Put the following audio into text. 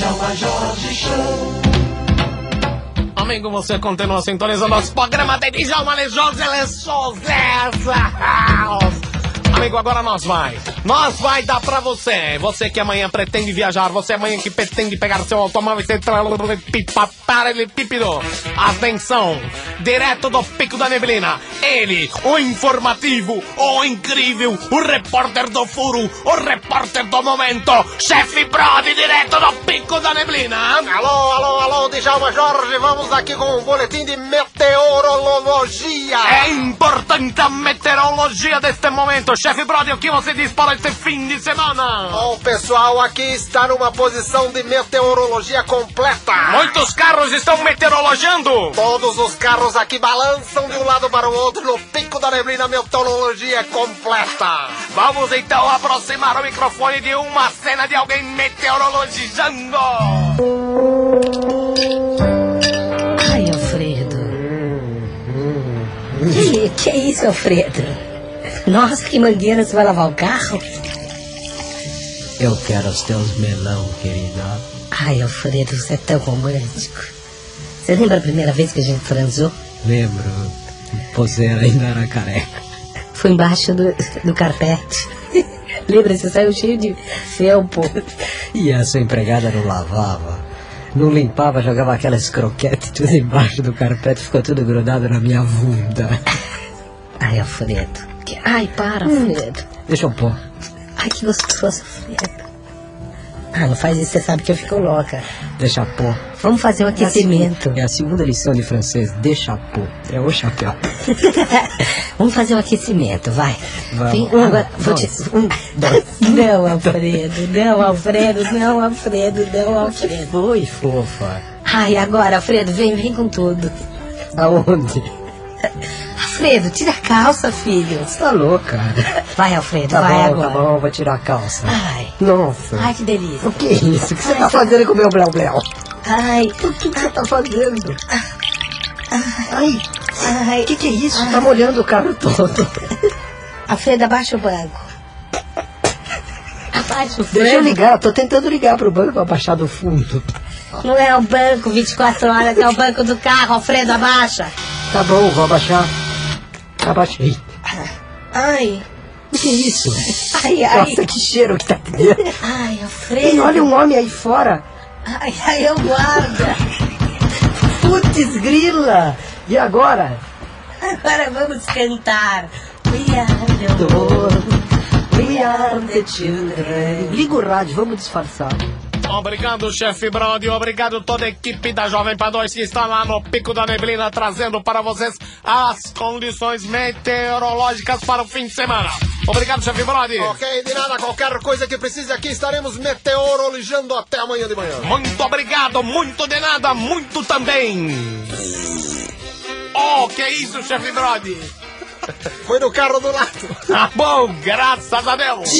Nova Jorge Show. Amigo, você continua sintonizando nosso programa de Dijão Malejosos Elexosas. Amigo, agora nós vai. Nós vai dar pra você. Você que amanhã pretende viajar, você amanhã que pretende pegar seu automóvel e ser paralelepípedo. Atenção! Direto do pico da neblina. Ele, o informativo, o incrível, o repórter do furo, o repórter do momento, chefe Brody, direto do pico da neblina. Alô, alô, alô, Djalma Jorge, vamos aqui com um boletim de meteorologia. É importante a meteorologia deste momento. Chefe Brody, o que você diz para este fim de semana? O pessoal aqui está numa posição de meteorologia completa. Muitos carros estão meteorologando. Todos os carros aqui balançam de um lado para o outro no pico da neblina, meteorologia completa. Tá, Vamos então aproximar o microfone de uma cena de alguém meteorologizando. Ai, Alfredo. Que, que é isso, Alfredo? Nossa, que mangueira, você vai lavar o carro? Eu quero os teus melão, querida. Ai, Alfredo, você é tão romântico. Você lembra a primeira vez que a gente transou? Lembro, poseira ainda era careca. Foi embaixo do, do carpete. Lembra, você saiu cheio de felpo. E essa empregada não lavava. Não limpava, jogava aquelas croquetes tudo embaixo do carpete, ficou tudo grudado na minha bunda. Ai, Alfredo. que- Ai, para, Alfredo. Deixa eu pôr. Ai, que gostoso, Alfredo. Ah, não faz isso, você sabe que eu fico louca. Deixa pôr. Vamos fazer um aquecimento. É a segunda lição de francês, deixa pôr. É o chapéu. Vamos fazer um aquecimento, vai. Vamos. Vem, um, agora, vou te, Dois. um, não, Alfredo, não, Alfredo, não, Alfredo, não, Alfredo. Oi, É fofa. Ai, agora, Alfredo, vem, vem com tudo. Aonde? Alfredo, tira a calça, filho. Tá louca. Vai, Alfredo, Tá vai bom, agora. tá bom, vou tirar a calça. Ai, Nossa. ai, que delícia. O que é isso? O que você tá fazendo com o meu blau blau? Ai, O que que você tá fazendo? Ai, ai. o que, que é isso? Tá molhando o carro todo. Alfredo, abaixa o banco. Abaixa o Deixa eu banco. ligar, tô tentando ligar pro banco pra baixar do fundo. Não é o banco 24 horas, é o banco do carro, Alfredo, abaixa. Tá bom, vou abaixar. Abaixei. Ai, O que é isso? ai, ai. Nossa, que cheiro que tá tendo. Ai, Alfredo. Ei, olha um homem aí fora. Ai, ai, eu guardo. Putz, grila. E agora? Agora vamos cantar. We are the world. We are the children. Liga o rádio, vamos disfarçar. Obrigado, chefe Brody. Obrigado toda a equipe da Jovem Pan 2 que está lá no Pico da Neblina trazendo para vocês as condições meteorológicas para o fim de semana. Obrigado, chefe Brody. Ok, de nada, qualquer coisa que precise aqui estaremos meteorologizando até amanhã de manhã. Muito obrigado, muito de nada, muito também. Oh, que isso, chefe Brody? Foi no carro do lado. Tá bom, graças a Deus.